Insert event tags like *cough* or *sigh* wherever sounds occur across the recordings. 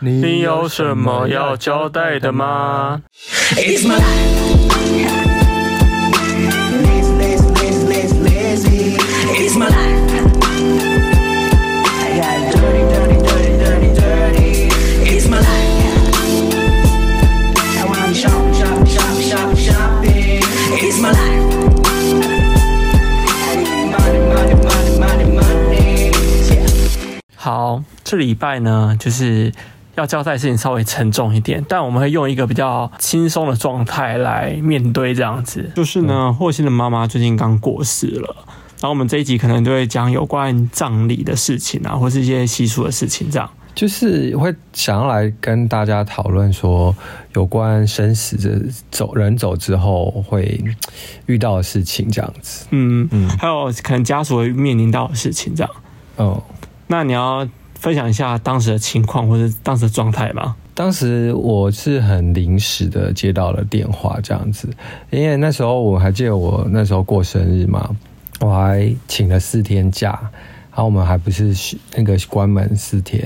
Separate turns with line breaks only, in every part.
你有什么要交代的吗？
It's my life. Lazy, lazy, lazy, lazy, lazy. It's my life. I got dirty, dirty, dirty, dirty, dirty. It's my life. I wanna shop, shop, shop, shop, shopping. It's my life. I need money, money, money, money, money. Yeah.
好，这礼拜呢，就是要交代的事情稍微沉重一点，但我们会用一个比较轻松的状态来面对这样子。嗯就是呢，霍心的妈妈最近刚过世了。然后我们这一集可能就会讲有关葬礼的事情啊，或是一些习俗的事情这样。
就是会想要来跟大家讨论说有关生死这走人走之后会嗯遇到的事情这样子。
嗯嗯，还有可能家属会面临到的事情这样。
嗯，
那你要分享一下当时的情况或者当时的状态吗？
当时我是很临时的接到了电话这样子，因为那时候我还记得我那时候过生日嘛，我还请了四天假，然后我们还不是那个关门四天，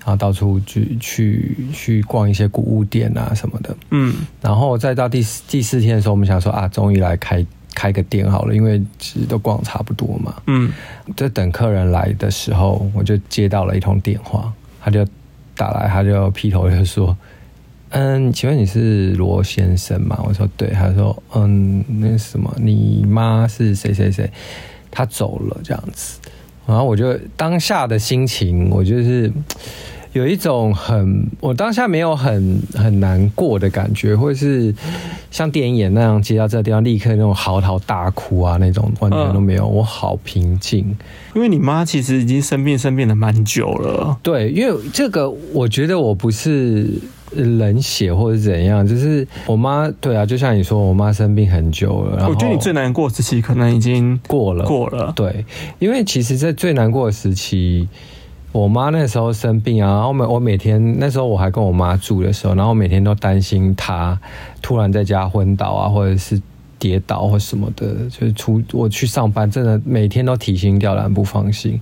然后到处去去去逛一些古物店啊什么的。
嗯
然后再到第四第四天的时候，我们想说啊，终于来开开个店好了，因为其实都逛得差不多嘛。
嗯，
在等客人来的时候，我就接到了一通电话，他就打来，他就劈头就说：“嗯，请问你是罗先生吗？”我说：“对。”他说：“嗯，那什么，你妈是谁谁谁，她走了这样子。”然后我就当下的心情，我就是有一种很，我当下没有很很难过的感觉，或是像电影演那样接到这个地方立刻那种嚎啕大哭啊那种，完全都没有，我好平静。
因为你妈其实已经生病生病了蛮久了。
对，因为这个，我觉得我不是冷血或者怎样，就是我妈，对啊，就像你说，我妈生病很久了，然后
我觉得你最难过的时期可能已经
过了，
过了。
对，因为其实，在最难过的时期，我妈那时候生病啊，然后我每我每天那时候我还跟我妈住的时候，然后我每天都担心她突然在家昏倒啊，或者是跌倒或什么的，就是出我去上班，真的每天都提心吊胆，不放心。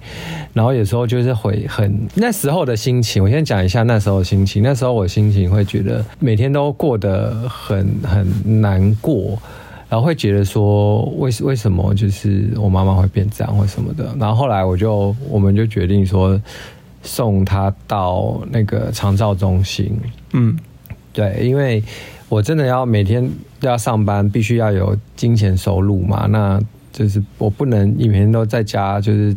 然后有时候就是会很那时候的心情，我先讲一下那时候的心情。那时候我心情会觉得每天都过得很很难过。然后会觉得说，为为什么就是我妈妈会变这样或什么的。然后后来我就我们就决定说，送她到那个长照中心。
嗯
对，因为我真的要每天都要上班，必须要有金钱收入嘛。那就是我不能每天都在家，就是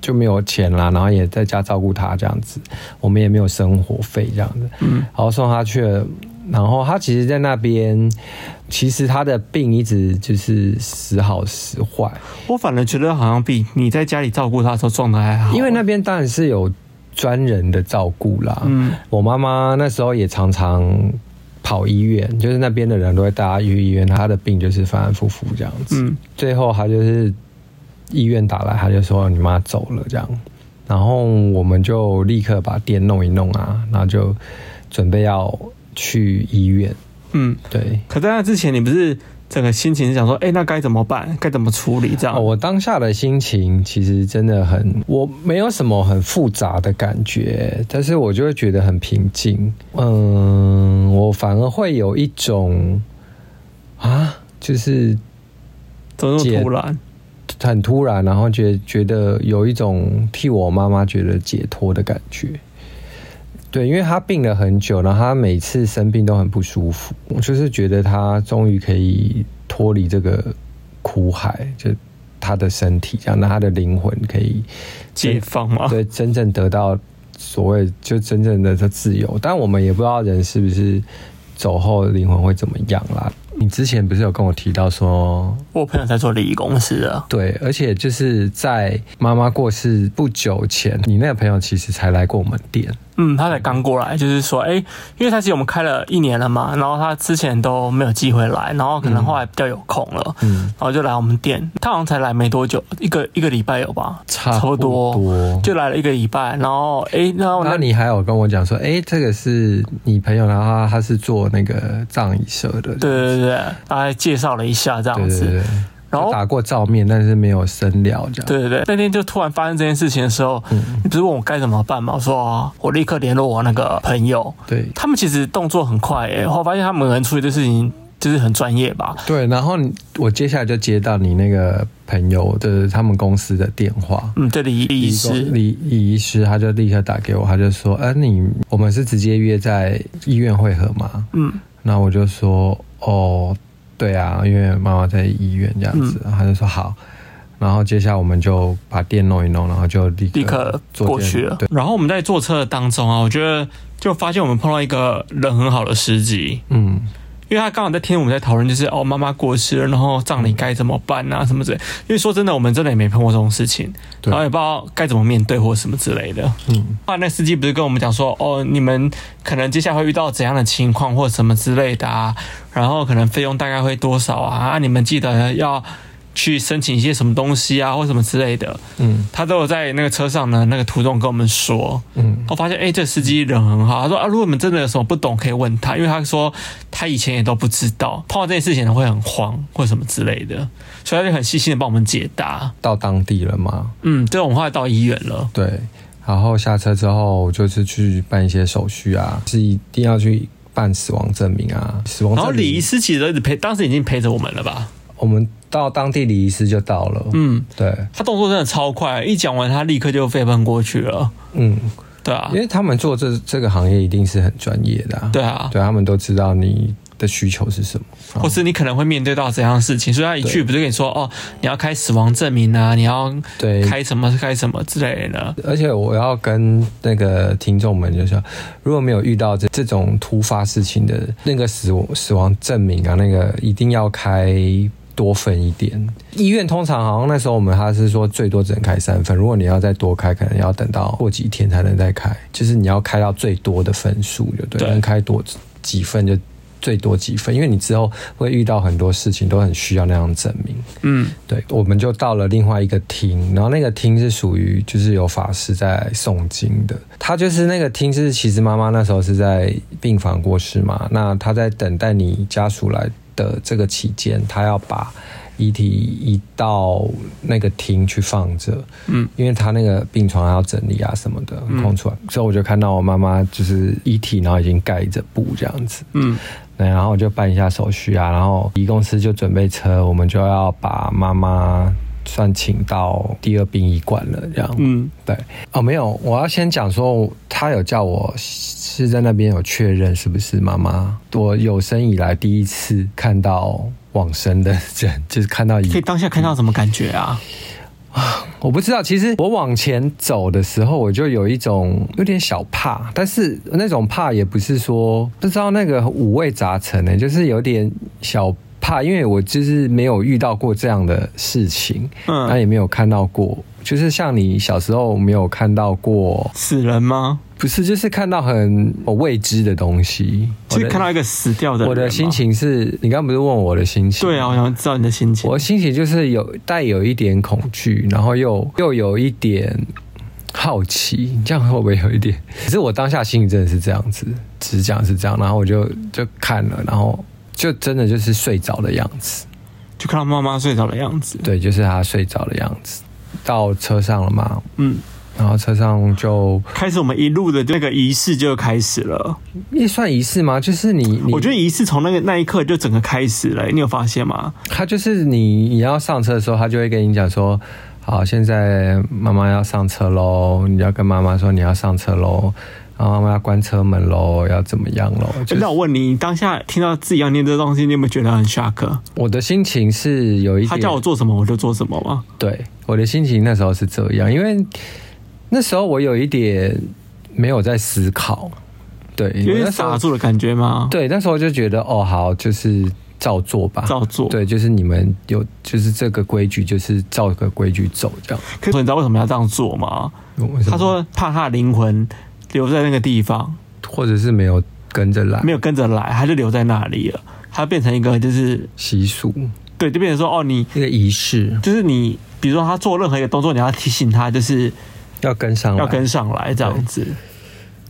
就没有钱啦，然后也在家照顾她这样子，我们也没有生活费这样子。
嗯
然后送他去了，然后他其实，在那边，其实他的病一直就是时好时坏，
我反而觉得好像比你在家里照顾他的时候状态还好，啊
因为那边当然是有专人的照顾啦。
嗯
我妈妈那时候也常常跑医院，就是那边的人都会带她去医院，她的病就是反反复复这样子。
嗯
最后她就是医院打来，她就说你妈走了这样，然后我们就立刻把店弄一弄啊，然后就准备要去医院，
嗯。
对。
可在那之前，你不是整个心情是想说，哎、那该怎么办？该怎么处理？这样，
哦，我当下的心情其实真的很，我没有什么很复杂的感觉，但是我就会觉得很平静。嗯，我反而会有一种啊，就是
怎么那么
解
突然？
很突然，然后觉觉得有一种替我妈妈觉得解脱的感觉。对，因为她病了很久，然后她每次生病都很不舒服，我就是觉得她终于可以脱离这个苦海，就她的身体这样，那她的灵魂可以
解放吗？
对，真正得到所谓就真正的这自由。但我们也不知道人是不是走后灵魂会怎么样啦。你之前不是有跟我提到说，
我朋友在做礼仪公司的，
对，而且就是在妈妈过世不久前，你那个朋友其实才来过我们店。
嗯，他才刚过来，就是说，哎、因为他其实我们开了一年了嘛，然后他之前都没有机会来，然后可能后来比较有空了，
嗯
然后就来我们店，他好像才来没多久，一个一个礼拜有吧，
差
不
不多
就来了一个礼拜，然后哎、然后
那
那
你还有跟我讲说，哎、这个是你朋友，然后他他是做那个葬仪社的，
对对对，对大概介绍了一下这样
对
子，
对对，
然后
打过照面，但是没有深聊这样。
对对对，那天就突然发生这件事情的时候，
嗯
你不是问我该怎么办吗？我说、啊、我立刻联络我那个朋友，
对
他们其实动作很快诶、我发现他们可能处理这事情就是很专业吧。
对，然后你我接下来就接到你那个朋友的他们公司的电话，
嗯，对，李李医师，
李李医师他就立刻打给我，他就说：“哎、你我们是直接约在医院会合吗？”
嗯，
那我就说哦，对啊，因为妈妈在医院这样子，
嗯
然后他就说好，然后接下来我们就把店弄一弄，然后就立刻
立刻
坐
过
电
去了
呃对，。
然后我们在坐车的当中啊，我觉得就发现我们碰到一个人很好的司机，
嗯，
因为他刚好在听我们在讨论，就是哦，妈妈过世了，然后葬礼该怎么办啊，什么之类。因为说真的，我们真的也没碰过这种事情，
对
然后也不知道该怎么面对或什么之类的。
嗯，
后来那司机不是跟我们讲说，哦，你们可能接下来会遇到怎样的情况或什么之类的啊，然后可能费用大概会多少啊，啊，你们记得要去申请一些什么东西啊，或什么之类的。
嗯
他都有在那个车上呢，那个途中跟我们说，
嗯
我发现哎、诶这司机人很好。他说啊，如果你们真的有什么不懂，可以问他，因为他说他以前也都不知道，碰到这件事情呢会很慌或什么之类的，所以他就很细心的帮我们解答。
到当地了嘛，
嗯，这我们后来到医院了，
对，然后下车之后就是去办一些手续啊，是一定要去办死亡证明啊，死亡
然后
证
李医
明。
师其实都一直陪，当时已经陪着我们了吧？
我们到当地李医师就到了，
嗯，
对，
他动作真的超快，一讲完他立刻就飞奔过去了。
嗯，
对啊
因，为他们做这这个行业一定是很专业的、啊，
对啊，
对他们都知道你的需求是什么，啊
或是你可能会面对到怎样的事情，所以他一去不是跟你说哦，你要开死亡证明啊，你要
对，
开什么开什么之类的。
而且我要跟那个听众们就是，如果没有遇到这这种突发事情的那个死亡死亡证明啊，那个一定要开多份一点。医院通常好像那时候我们他是说最多只能开三份，如果你要再多开，可能要等到过几天才能再开，就是你要开到最多的份数就对，
对
能开多几份就。最多几份，因为你之后会遇到很多事情，都很需要那样证明。
嗯，
对，我们就到了另外一个厅，然后那个厅是属于就是有法师在诵经的。他就是那个厅是，其实妈妈那时候是在病房过世嘛，那他在等待你家属来的这个期间，他要把遗体移到那个厅去放着。
嗯，
因为他那个病床要整理啊什么的，空出来，所以我就看到我妈妈就是遗体，然后已经盖着布这样子。
嗯，
对，然后我就办一下手续啊，然后移公司就准备车，我们就要把妈妈算请到第二殡仪馆了，这样。
嗯，
对。哦，没有，我要先讲说，他有叫我是在那边有确认是不是妈妈，我有生以来第一次看到往生的人，就是看到遗
可以当下看到什么感觉啊？
我不知道，其实我往前走的时候，我就有一种有点小怕，但是那种怕也不是说不知道那个五味杂陈呢、就是有点小怕，因为我就是没有遇到过这样的事情，啊
嗯
那也没有看到过，就是像你小时候没有看到过，
死人吗？
不是就是看到很未知的东西，我
就是
的
看到一个死掉的人吗
我的心。情是，你刚不是问我的心情？
对啊，我想知道你的心情。
我心情就是有带有一点恐惧，然后又又有一点好奇，这样会不会有一点？可是我当下心里真的是这样子，只讲是这样，然后我就就看了，然后就真的就是睡着的样子，
就看到妈妈睡着的样子。
对，就是他睡着的样子。到车上了嘛，
嗯，
然后车上就
开始我们一路的那个仪式就开始了。
也算仪式吗？就是你，你
我觉得仪式从那个那一刻就整个开始了、你有发现吗？
他就是你，你要上车的时候，他就会跟你讲说：“好，现在妈妈要上车喽，你要跟妈妈说你要上车喽，然后妈妈要关车门喽，要怎么样喽？”就是
哦哎那我问你，你当下听到自己要念这东西，你有没有觉得很 shock？
我的心情是有一
他
点，
叫我做什么我就做什么吗？
对我的心情那时候是这样，因为那时候我有一点没有在思考，对，我
有点
那时候
傻住的感觉吗？
对，那时候就觉得哦，好，就是照做吧，
照做
对，就是你们有，就是这个规矩，就是照个规矩走这样。
可是你知道为什么要这样做吗？
为什么
他说怕他的灵魂留在那个地方，
或者是没有跟着来，
没有跟着来，他就留在那里了。他变成一个就是
习俗
对，就变成说哦，你
那个仪式
就是你，比如说他做任何一个动作，你要提醒他，就是
要跟上来，
要跟上来这样子。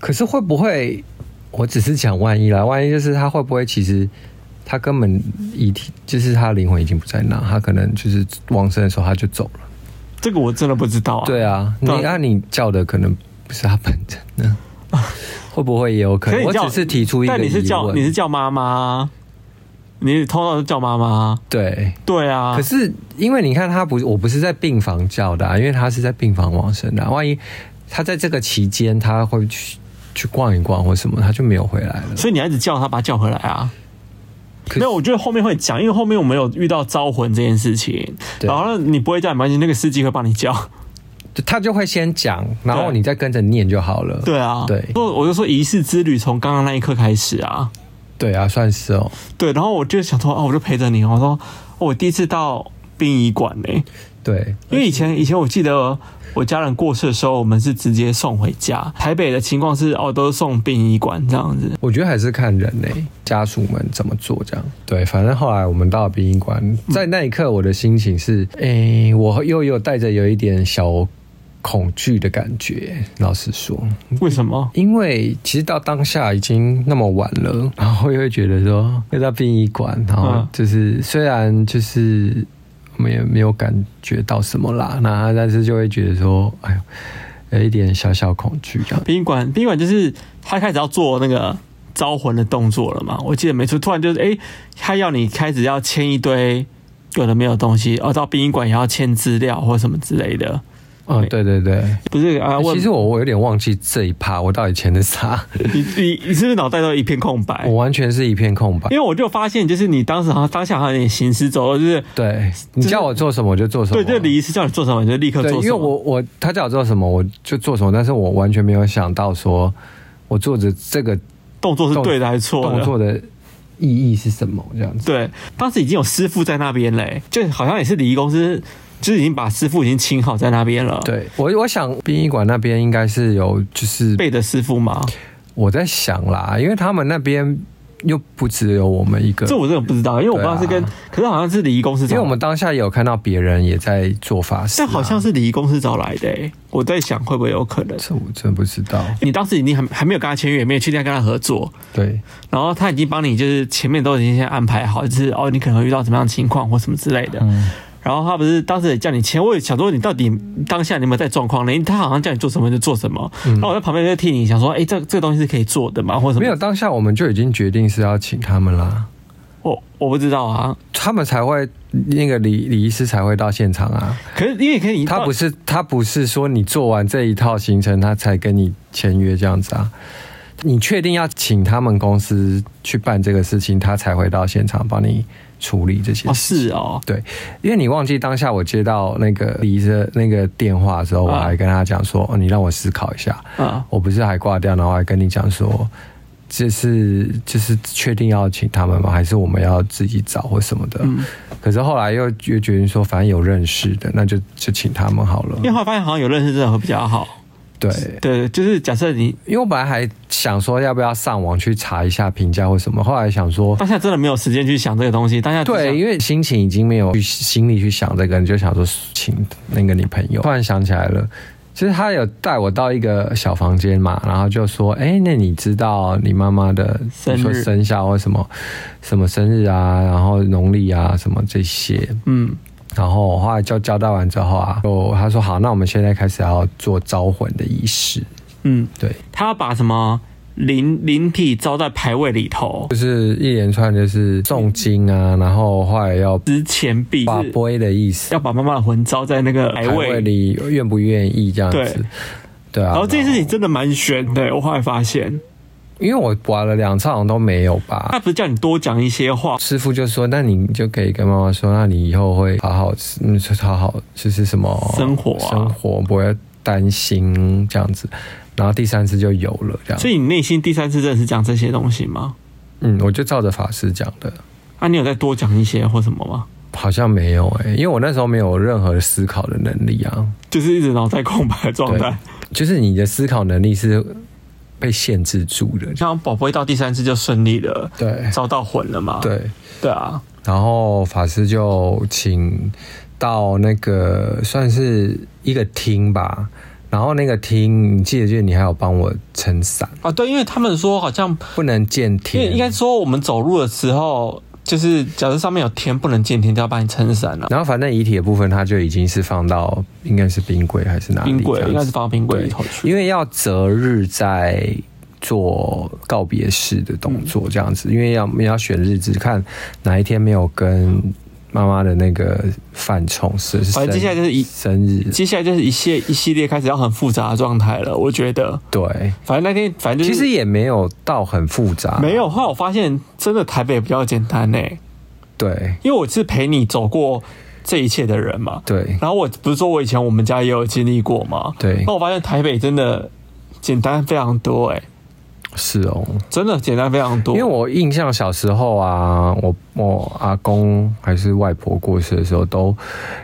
可是会不会？我只是讲万一啦，万一就是他会不会其实他根本遗体就是他的灵魂已经不在那，他可能就是往生的时候他就走了。
这个我真的不知道啊。
对啊，你
对
那、你叫的可能不是他本人
*laughs*
呢，会不会也有可
可
能？
是
我
你叫
只是提出一个
但你是
疑
叫
问
你是叫妈妈啊，你通常是叫妈妈啊。
对，
对啊，
可是因为你看他不，我不是在病房叫的、啊，因为他是在病房往生的啊、万一他在这个期间他会去去逛一逛或什么，他就没有回来了。
所以你要一直叫他，把他叫回来啊。
可
没有，我觉得后面会讲，因为后面我们有遇到招魂这件事情，
对
然后你不会叫你关系，那个司机会帮你叫。 *laughs*
就他就会先讲，然后
对
你再跟着念就好了。
对啊，
对
不，我就说仪式之旅从刚刚那一刻开始啊。
对啊，算是哦。
对，然后我就想说，哦，我就陪着你。我说，哦我第一次到殡仪馆呢、
对，
因为以前以前我记得我家人过世的时候，我们是直接送回家。台北的情况是，哦，都是送殡仪馆这样子。
我觉得还是看人呢、家属们怎么做这样。对，反正后来我们到了殡仪馆，
嗯
在那一刻我的心情是，诶、我又有带着有一点小恐惧的感觉。老实说，
为什么？
因为其实到当下已经那么晚了，然后又会觉得说又到殡仪馆，然后
嗯
就是、虽然就是我们也没有感觉到什么啦，那但是就会觉得说，哎呦。有一点小小恐惧这样，
殡仪馆，殡仪馆就是他开始要做那个招魂的动作了嘛。我记得没错，突然就是哎、诶他要你开始要签一堆有的没有的东西，哦，到殡仪馆也要签资料或什么之类的，
嗯，对对对，
不是啊？问
其实我我有点忘记这一 *laughs* 趴，我到底签的啥，
你你你是不是脑袋都一片空白
我？完全是一片空白
*laughs* 因。为我就发现，就是你当时好像当下好像有点行尸走肉，就是
对你
就是
叫我做什么我就做什么，
对，就李医师叫你做什么你就立刻
啊对，
做
因
什
为
么。
我我他叫我做什么我就做什么，但是我完全没有想到说我做着这个
动作是对的还是错
动
的？
作的意义是什么这样子。
对，当时已经有师傅在那边嘞、就好像也是礼仪公司，就是已经把师傅已经请好在那边了。，
对我，我想殡仪馆那边应该是有，就是
背的师傅嘛，
我在想啦，因为他们那边又不只有我们一个，
这我真的不知道，因为我不知道是跟，
对啊
可是好像是礼仪公司
因
找，
为我们当下也有看到别人也在做法事啊、
但好像是礼仪公司找来的、欸，我在想会不会有可能。
这我真不知道。
你当时已经还还没有跟他签约，也没有确定要跟他合作，
对，
然后他已经帮你就是前面都已经先安排好，就是哦你可能会遇到怎么样的情况或什么之类的。
嗯，
然后他不是当时也叫你签，我也想说你到底当下你有没有在状况呢？因为他好像叫你做什么就做什么，然后我在旁边就替你想说，哎，这这个东西是可以做的吗？或者什么？
嗯没有，当下我们就已经决定是要请他们啦，
我哦我不知道啊。
他们才会那个李李医师才会到现场啊。
可是因为可以，
他不
是
是他不是说你做完这一套行程，他才跟你签约这样子啊。你确定要请他们公司去办这个事情，他才会到现场帮你处理这些
哦
事。
是哦，
对，因为你忘记当下我接到那个李医师的那个电话的时候，我
啊
还跟他讲说、哦，你让我思考一下。
啊
我不是还挂掉，然后还跟你讲说，这是就是确定要请他们吗？还是我们要自己找或什么的？
嗯
可是后来又又决定说，反正有认识的，那就就请他们好
因为
了。
后来发现好像有认识真的会比较好。
对，
对，就是假设你
因为我本来还想说要不要上网去查一下评价或什么，后来想说。
当下真的没有时间去想这个东西，当下只想
*laughs* 对，因为心情已经没有去心里去想这个，你就想说请那个你朋友。突然想起来了，其实他有带我到一个小房间嘛，然后就说：“哎、那你知道你妈妈的
生日
你说生肖或什么什么生日啊，然后农历啊什么这些。”
嗯
然后我后来就交代完之后啊，就他说：“好，那我们现在开始要做招魂的仪式。
嗯，”
对，
他把什么灵灵体招在牌位里头，
就是一连串就是诵经啊，然后后来要
值钱币
把
是
杯的意思。
要把妈妈的魂招在那个
排
牌
位
位里。
里愿不愿意这样
对
子。对啊，
然后这件事情真的蛮悬的，我后来发现，
因为我玩了两场都没有吧
他，不是叫你多讲一些话，
师傅就说，那你就可以跟妈妈说，那你以后会好好，嗯，好好就是什么
生活啊
生活不会担心这样子。然后第三次就有了这样，
所以你内心第三次真的是讲这些东西吗？
嗯，我就照着法师讲的，
啊，你有再多讲一些或什么吗？
好像没有诶、因为我那时候没有任何思考的能力啊，
就是一直脑袋空白的状态，
就是你的思考能力是被限制住的，
像宝贝到第三次就顺利了，
对
招到魂了嘛？
对。
对啊，
然后法师就请到那个算是一个厅吧，然后那个厅，你记得记得你还有帮我撑伞，
啊对，因为他们说好像，
不能见
因
天，
为应该说我们走路的时候，就是假设上面有天不能见天，就要把你撑伞了。
然后反正遗体的部分，它就已经是放到应该是冰柜还是哪里？
冰柜
这样
应
子
该是放到冰柜里
对
头，去。
因为要择日再做告别式的动
嗯
作，这样子，因为要我们要选日子，看哪一天没有跟妈妈的那个犯冲是。是
反正接下来就是一
生日，
接下来就是一系一系列开始要很复杂的状态了。我觉得，
对，
反正那天反正就
其
是
实也没有到很复杂，
没有。后来我发现，真的台北比较简单呢、欸
对
因为我是陪你走过这一切的人嘛。
对
然后我不是说我以前我们家也有经历过吗？
对
那，我发现台北真的简单非常多、欸，哎，
是哦。
真的简单非常多。
因为我印象小时候啊，我我阿公还是外婆过世的时候，都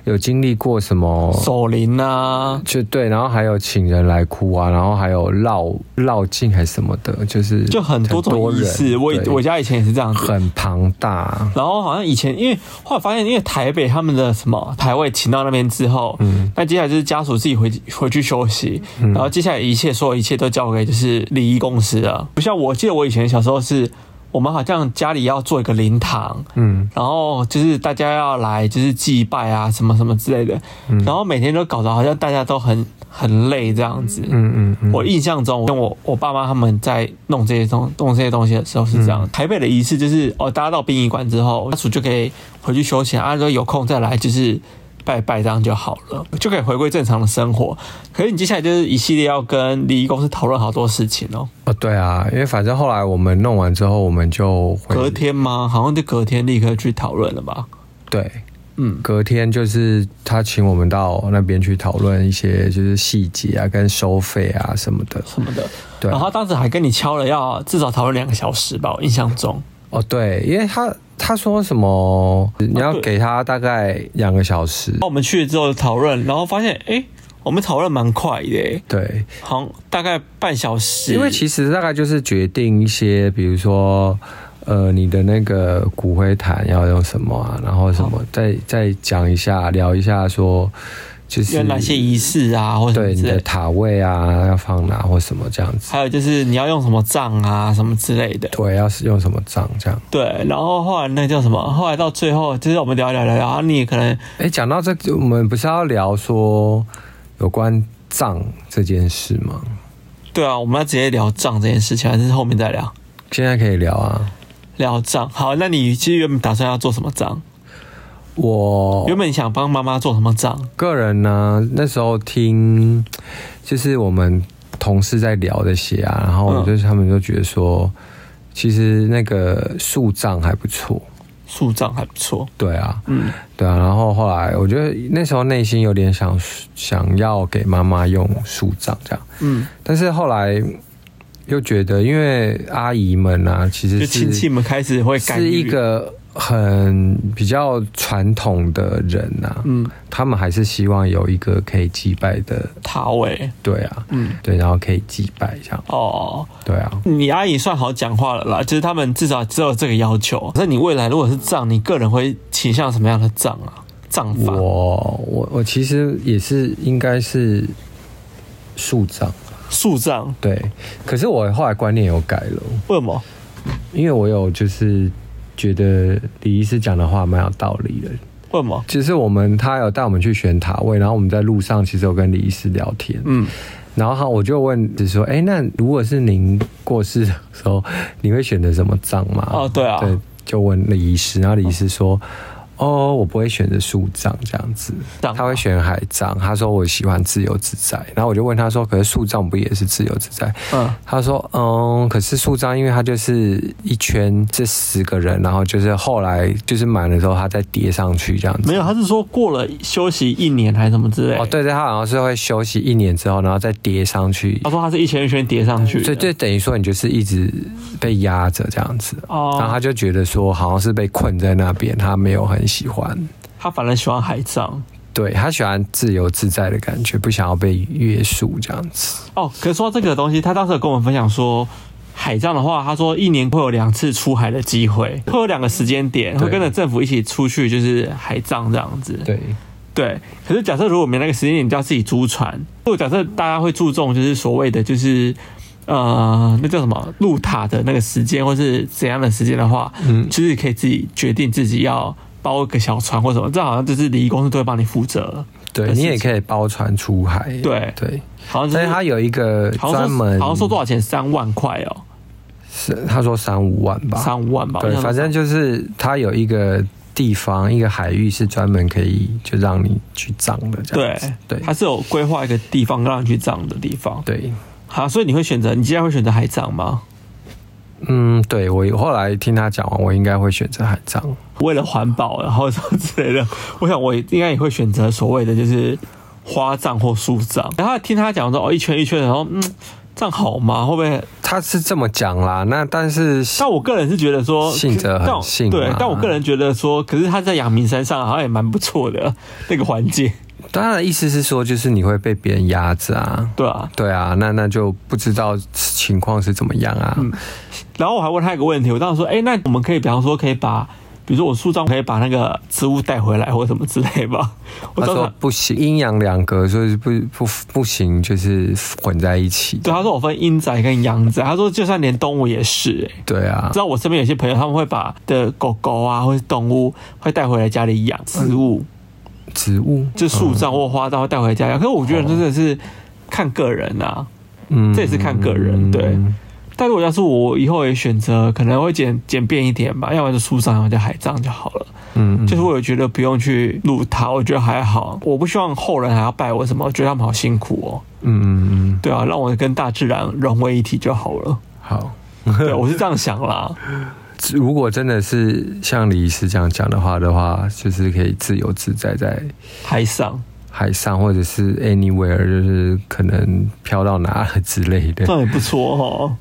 有经历过什么
守灵啊，
就对，然后还有请人来哭啊，然后还有绕绕境还是什么的，就是
就很多种仪式。
人
我以
对
我家以前也是这样子。
很庞大，
然后好像以前，因为后来发现，因为台北他们的什么台位请到那边之后，
嗯
那接下来就是家属自己回回去休息，
嗯
然后接下来一切所有一切都交给就是礼仪公司了。不像我记得我以前小时候是，我们好像家里要做一个灵堂，
嗯，
然后就是大家要来就是祭拜啊什么什么之类的，
嗯
然后每天都搞得好像大家都很很累这样子。
嗯嗯嗯，
我印象中，我我爸妈他们在弄这些东弄这些东西的时候是这
嗯
样。台北的仪式就是哦，大家到殡仪馆之后，家属就可以回去休息，啊，如果有空再来就是拜拜这样就好了，就可以回归正常的生活。可是你接下来就是一系列要跟礼仪公司讨论好多事情哦。
哦对啊，因为反正后来我们弄完之后，我们就回
隔天吗？好像就隔天立刻去讨论了吧？
对，
嗯，
隔天就是他请我们到那边去讨论一些就是细节啊，跟收费啊什么的，
什么的。
对啊
然后他当时还跟你敲了要至少讨论两个小时吧，我印象中。
哦对，因为他他说什么你要
啊对哦
给他大概两个小时，
那我们去了之后讨论，然后发现诶，我们讨论蛮快的、诶
对，
好像大概半小时，
因为其实大概就是决定一些，比如说，呃，你的那个骨灰坛要用什么啊，然后什
哦
么，再再讲一下，聊一下说，就是
有哪些仪式啊，或者
对你
什么之
的
类，
塔位啊，要放哪或什么这样子，
还有就是你要用什么杖啊，什么之类的。
对，要是用什么葬这样。
对，然后后来那叫什么？后来到最后就是我们聊一聊聊聊，然后你也可能
哎，讲到这，我们不是要聊说有关葬这件事吗？
对啊，我们要直接聊杖这件事情，还是后面再聊
现在可以聊啊。
聊杖？好，那你其实原本打算要做什么杖？
我
原本你想帮妈妈做什么杖？
个人呢，那时候听就是我们同事在聊这些啊，然后我就是他们就觉得说，其实那个树葬还不错，
树杖还不错，
对啊，
嗯，
对啊。然后后来我觉得那时候内心有点想想要给妈妈用树葬这样，
嗯，
但是后来又觉得，因为阿姨们啊，其实
就是亲戚们开始会干
是
预
一，个很比较传统的人呐、啊，
嗯，
他们还是希望有一个可以祭拜的
塔位，
对啊，
嗯，
对，然后可以祭拜这样，
哦，
对啊，
你阿姨算好讲话了啦，就是他们至少只有这个要求。那你未来如果是葬，你个人会倾向什么样的葬啊？葬法
我我我其实也是应该是树葬，
树葬，
对，可是我后来观念有改了，
为什么？
因为我有就是觉得李医师讲的话蛮有道理的。
为什么？
其实我们他有带我们去选塔位，然后我们在路上其实有跟李医师聊天，
嗯，
然后他我就问只说，哎、那如果是您过世的时候，你会选择什么葬吗？
哦对啊
对，就问李医师，然后李医师说。哦，我不会选择树葬这样子，
葬
他会选海葬。他说我喜欢自由自在，然后我就问他说，可是树葬不也是自由自在？
嗯
他说嗯，可是树葬因为它就是一圈这十个人，然后就是后来就是满的时候，他再叠上去这样子。
没有，他是说过了休息一年还是什么之类。
哦，，对对，他好像是会休息一年之后，然后再叠上去
他，说他是一圈一圈叠上去的。
所以就等于说你就是一直被压着这样子。
哦
然后他就觉得说好像是被困在那边，他没有很喜欢。
他反而喜欢海葬。
对他喜欢自由自在的感觉，不想要被约束这样子。
哦，可是说到这个东西，他当时有跟我们分享说。海葬的话，他说一年会有两次出海的机会，会有两个时间点，会
对
跟着政府一起出去，就是海葬这样子。
对，
对，可是假设如果没那个时间点，你就要自己租船。如果假设大家会注重就是所谓的就是呃，那叫什么入塔的那个时间，或是怎样的时间的话，嗯，就是可以自己决定自己要包个小船或什么，这好像就是礼仪公司都会帮你负责，
对
的
你
事
也
情
可以包船出海。
对
对，
好像就
但
是
是他有一个
好像
专
说
门，
好像说多少钱，三万块哦，
是他说三五万吧，
三五万吧，
对
我，想
反正就是它有一个地方，一个海域是专门可以就让你去葬的这样
对
子。对
它是有规划一个地方让你去葬的地方。
对，
好，所以你会选择，你既然会选择海葬吗？
嗯，对我后来听他讲完，我应该会选择海葬。
为了环保，然后什么之类的， *laughs* 我想我应该也会选择所谓的就是花葬或树葬。然后听他讲说哦，一圈一圈的，然后嗯，这样好吗？会不会？
他是这么讲啦，那但是
但我个人是觉得说，
信者
但我
恒信
对
嘛，
但我个人觉得说，可是他在阳明山上好像也蛮不错的 *laughs* 那个环境，
当然意思是说，就是你会被别人压着啊。
对啊。
对啊，那那就不知道情况是怎么样啊。
嗯然后我还问他一个问题，我当时说，哎、那我们可以，比方说可以把，比如说我树葬可以把那个植物带回来或什么之类吧。我
他
当
说
时
不行，阴阳两隔，所以不不不行，就是混在一起。
对他说我分阴宅跟阳宅，他说就算连动物也是、哎，
对啊
知，道我身边有些朋友他们会把的狗狗啊或是动物会带回来家里养，植物
植物
就树葬或花葬会带回家养，可是我觉得真的是看个人啊。
嗯
这也是看个人对但如果要是我以后也选择，可能会简简便一点吧，要么就树葬，要么就海葬就好了。
嗯，
就是我有觉得不用去录它，我觉得还好。我不希望后人还要拜我什么，我觉得他们好辛苦哦。
嗯嗯嗯，
对啊，让我跟大自然融为一体就好了。
好。
对，我是这样想啦。
如果真的是像李医师这样讲的话的话，就是可以自由自在在
海上，
海上，或者是 anywhere，就是可能飘到哪了之类的
*laughs* 这。样也不错哦。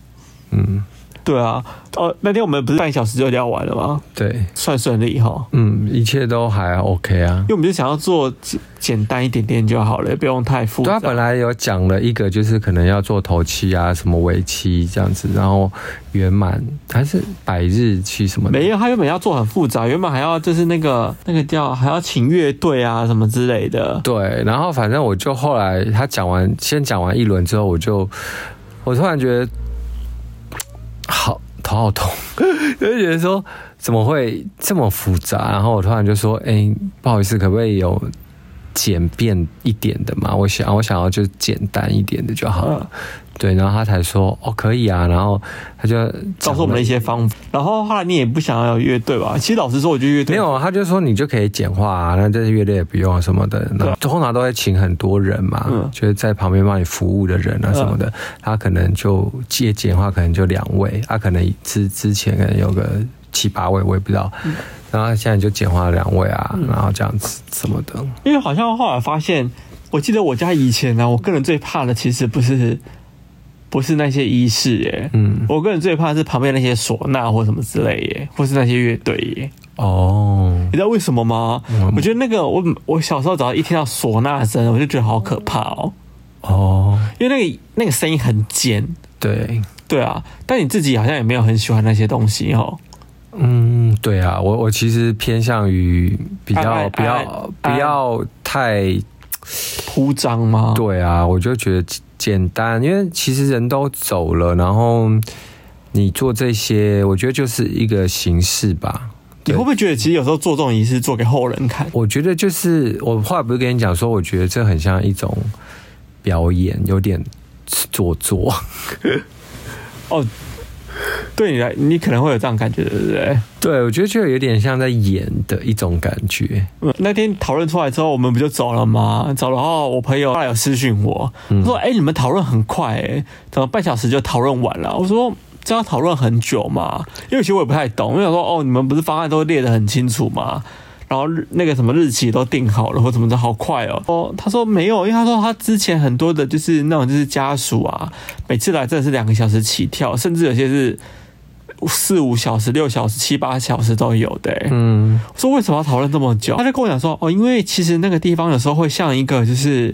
嗯，
对啊，哦，那天我们不是半小时就聊完了吗？
对，
算顺利哈，
嗯，一切都还 OK 啊
因。为我们就想要做简简单一点点就好了，也不用太复
对啊
杂。
他本来有讲了一个，就是可能要做头七啊，什么尾七这样子，然后圆满还是百日期什么的。
没有，他原本要做很复杂，原本还要就是那个那个叫还要请乐队啊什么之类的。
对，然后反正我就后来他讲完，先讲完一轮之后，我就我突然觉得好头好痛， *laughs* 就觉得说怎么会这么复杂？然后我突然就说，哎、不好意思，可不可以有简便一点的嘛？我想我想要就简单一点的就好了。
嗯
对，然后他才说哦，可以啊，然后他就
告诉我们的一
些。
些方法，然后后来你也不想要有乐队吧？其实老实说，我觉得乐队
没有，啊他就说你就可以简化啊，那这些乐队也不用啊什么的。那通常都会请很多人嘛，
嗯
就是在旁边帮你服务的人啊什么的。他可能就借简化，可能就两位，他、可能之之前可能有个七八位，我也不知道。然后他现在就简化两位啊，然后这样子什么的。
因为好像后来发现，我记得我家以前呢、我个人最怕的其实不是不是那些仪式耶，
嗯，
我个人最怕是旁边那些唢呐或什么之类耶，或是那些乐队耶。嗯
哦，
你知道为什么吗？我觉得那个我我小时候只要一听到唢呐声，我就觉得好可怕哦，
哦，
因为那个那个声音很尖。
对，
对啊，但你自己好像也没有很喜欢那些东西哦。
嗯，对啊，我我其实偏向于比
安
较
安
不要不要太
铺张吗？
对啊，我就觉得简单，因为其实人都走了，然后你做这些，我觉得就是一个形式吧。
你会不会觉得其实有时候做这种仪式做给后人看？
我觉得就是我后来不是跟你讲说，我觉得这很像一种表演，有点做作。 *laughs*
哦，对你来，你可能会有这样感觉，对不对？
对，我觉得就有点像在演的一种感觉。
嗯那天讨论出来之后，我们不就走了吗？走了后，我朋友后来有私讯我，他说：“哎、你们讨论很快、哎，怎么半小时就讨论完了？”我说：“这要讨论很久嘛？因为其实我也不太懂，因为我说哦，你们不是方案都列得很清楚吗？”然后日那个什么日期都定好了，或怎么的，好快哦。哦，他说没有，因为他说他之前很多的就是那种就是家属啊，每次来真的是两个小时起跳，甚至有些是四五小时、六小时、七八小时都有的、哎
嗯，
说为什么要讨论这么久？他就跟我讲说，哦，因为其实那个地方有时候会像一个就是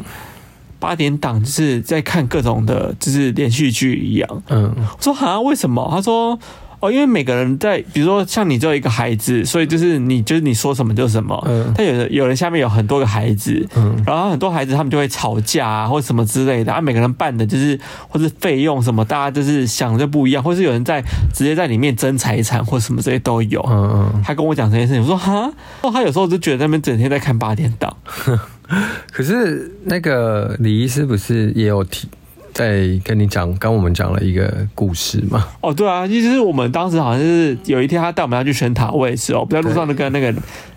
八点档，就是在看各种的，就是连续剧一样。啊
嗯，
我说好像为什么？他说。哦，因为每个人在，比如说像你只有一个孩子，所以就是你就是你说什么就是什么。
嗯
但有的有人下面有很多个孩子，
嗯
然后很多孩子他们就会吵架啊，或什么之类的啊。每个人办的就是或是费用什么，大家就是想的就不一样，或是有人在直接在里面争财产或什么这些都有。
嗯嗯。
他跟我讲这件事情，我说哈，哦，他有时候就觉得他们整天在看八点档，
可是那个李医师不是也有提，在跟你讲，跟我们讲了一个故事吗？
哦，对啊，就是我们当时好像是有一天他带我们要去选塔位的时候，我们在路上就跟那个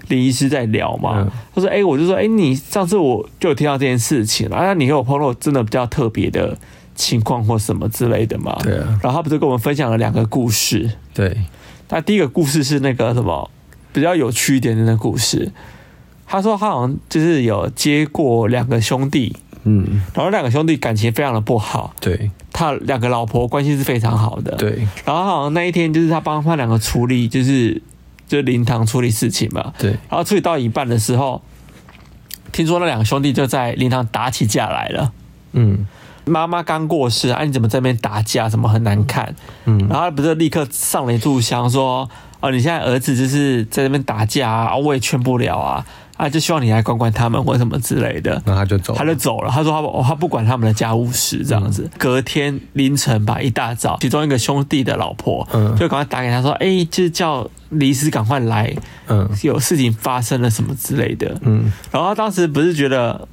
林医师在聊嘛，
嗯
他说，哎、我就说，哎、你上次我就有听到这件事情啊，那你有碰到真的比较特别的情况或什么之类的吗？
对啊，
然后他不是跟我们分享了两个故事，
对，
那第一个故事是那个什么比较有趣一点的那个故事，他说他好像就是有接过两个兄弟，
嗯，
然后两个兄弟感情非常的不好，
对
他两个老婆关系是非常好的，
对
然后好像那一天就是他帮他两个处理，就是就是灵堂处理事情 *laughs* 嘛。
对，
然后处理到一半的时候，听说那两个兄弟就在灵堂打起架来了。
嗯
妈妈刚过世，啊，你怎么在那边打架？怎么很难看？
嗯
然后他不是立刻上了一炷香说：“哦，你现在儿子就是在那边打架啊，啊我也劝不了啊，啊，就希望你来管管他们或什么之类的。”
然后他就走了，
他就走了。他说他不、哦他不管他们的家务事这样子。
嗯
隔天凌晨吧，一大早，其中一个兄弟的老婆、
嗯
就赶快打给他说：“哎、就是叫李斯赶快来，
嗯
有事情发生了什么之类的。
嗯，”
然后他当时不是觉得，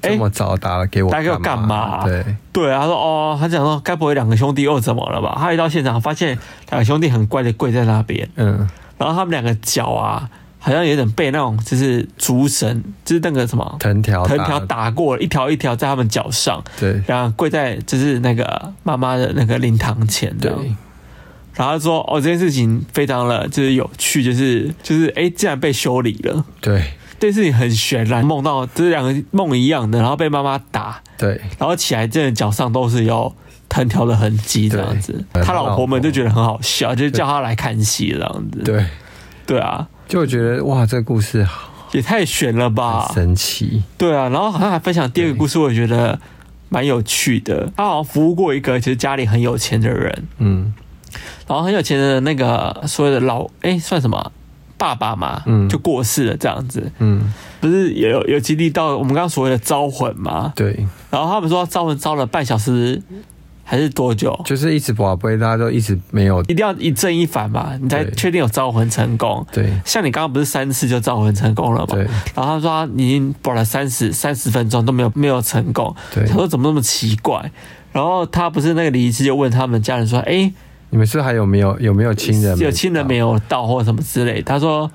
哎、
这么早打了给我，
打给我干嘛
对，
对，他说哦，他想说该不会两个兄弟又怎么了吧？他一到现场发现两个兄弟很乖的跪在那边，
嗯
然后他们两个脚啊。好像有点被那种就是竹绳，就是那个什么
藤条
藤条，打过，一条一条在他们脚上，
对
然后跪在就是那个妈妈的那个灵堂前这
对
样，然后他说哦这件事情非常的就是有趣，就是就是哎竟然被修理了，
对
这件事情很悬然，梦到这两个梦一样的，然后被妈妈打，
对，
然后起来真的脚上都是有藤条的痕迹这样子，
对
他老婆们就觉得很好笑，就是叫他来看戏这样子，
对，
对啊，
就觉得哇，这故事好
也太悬了吧，
神奇，
对啊，然后好像还分享第二个故事，我也觉得蛮有趣的，他好像服务过一个其实家里很有钱的人。
嗯
然后很有钱的那个所谓的老哎、算什么爸爸嘛，
嗯
就过世了这样子，
嗯，
不是也有有经历到我们刚刚所谓的招魂嘛？
对，
然后他们说招魂招了半小时还是多久，
就是一直宝贝，大家都一直没有，
一定要一正一反嘛，你才
对
确定有招魂成功。
对
像你刚刚不是三次就招魂成功了嘛？
对
然后他说他已经保了三十三十分钟都没有没有成功，
对
他，说怎么那么奇怪？然后他不是那个李医师就问他们家人说，哎、
你们是不是还有没有有没有亲人？
有亲人没有到或什么之类。他说，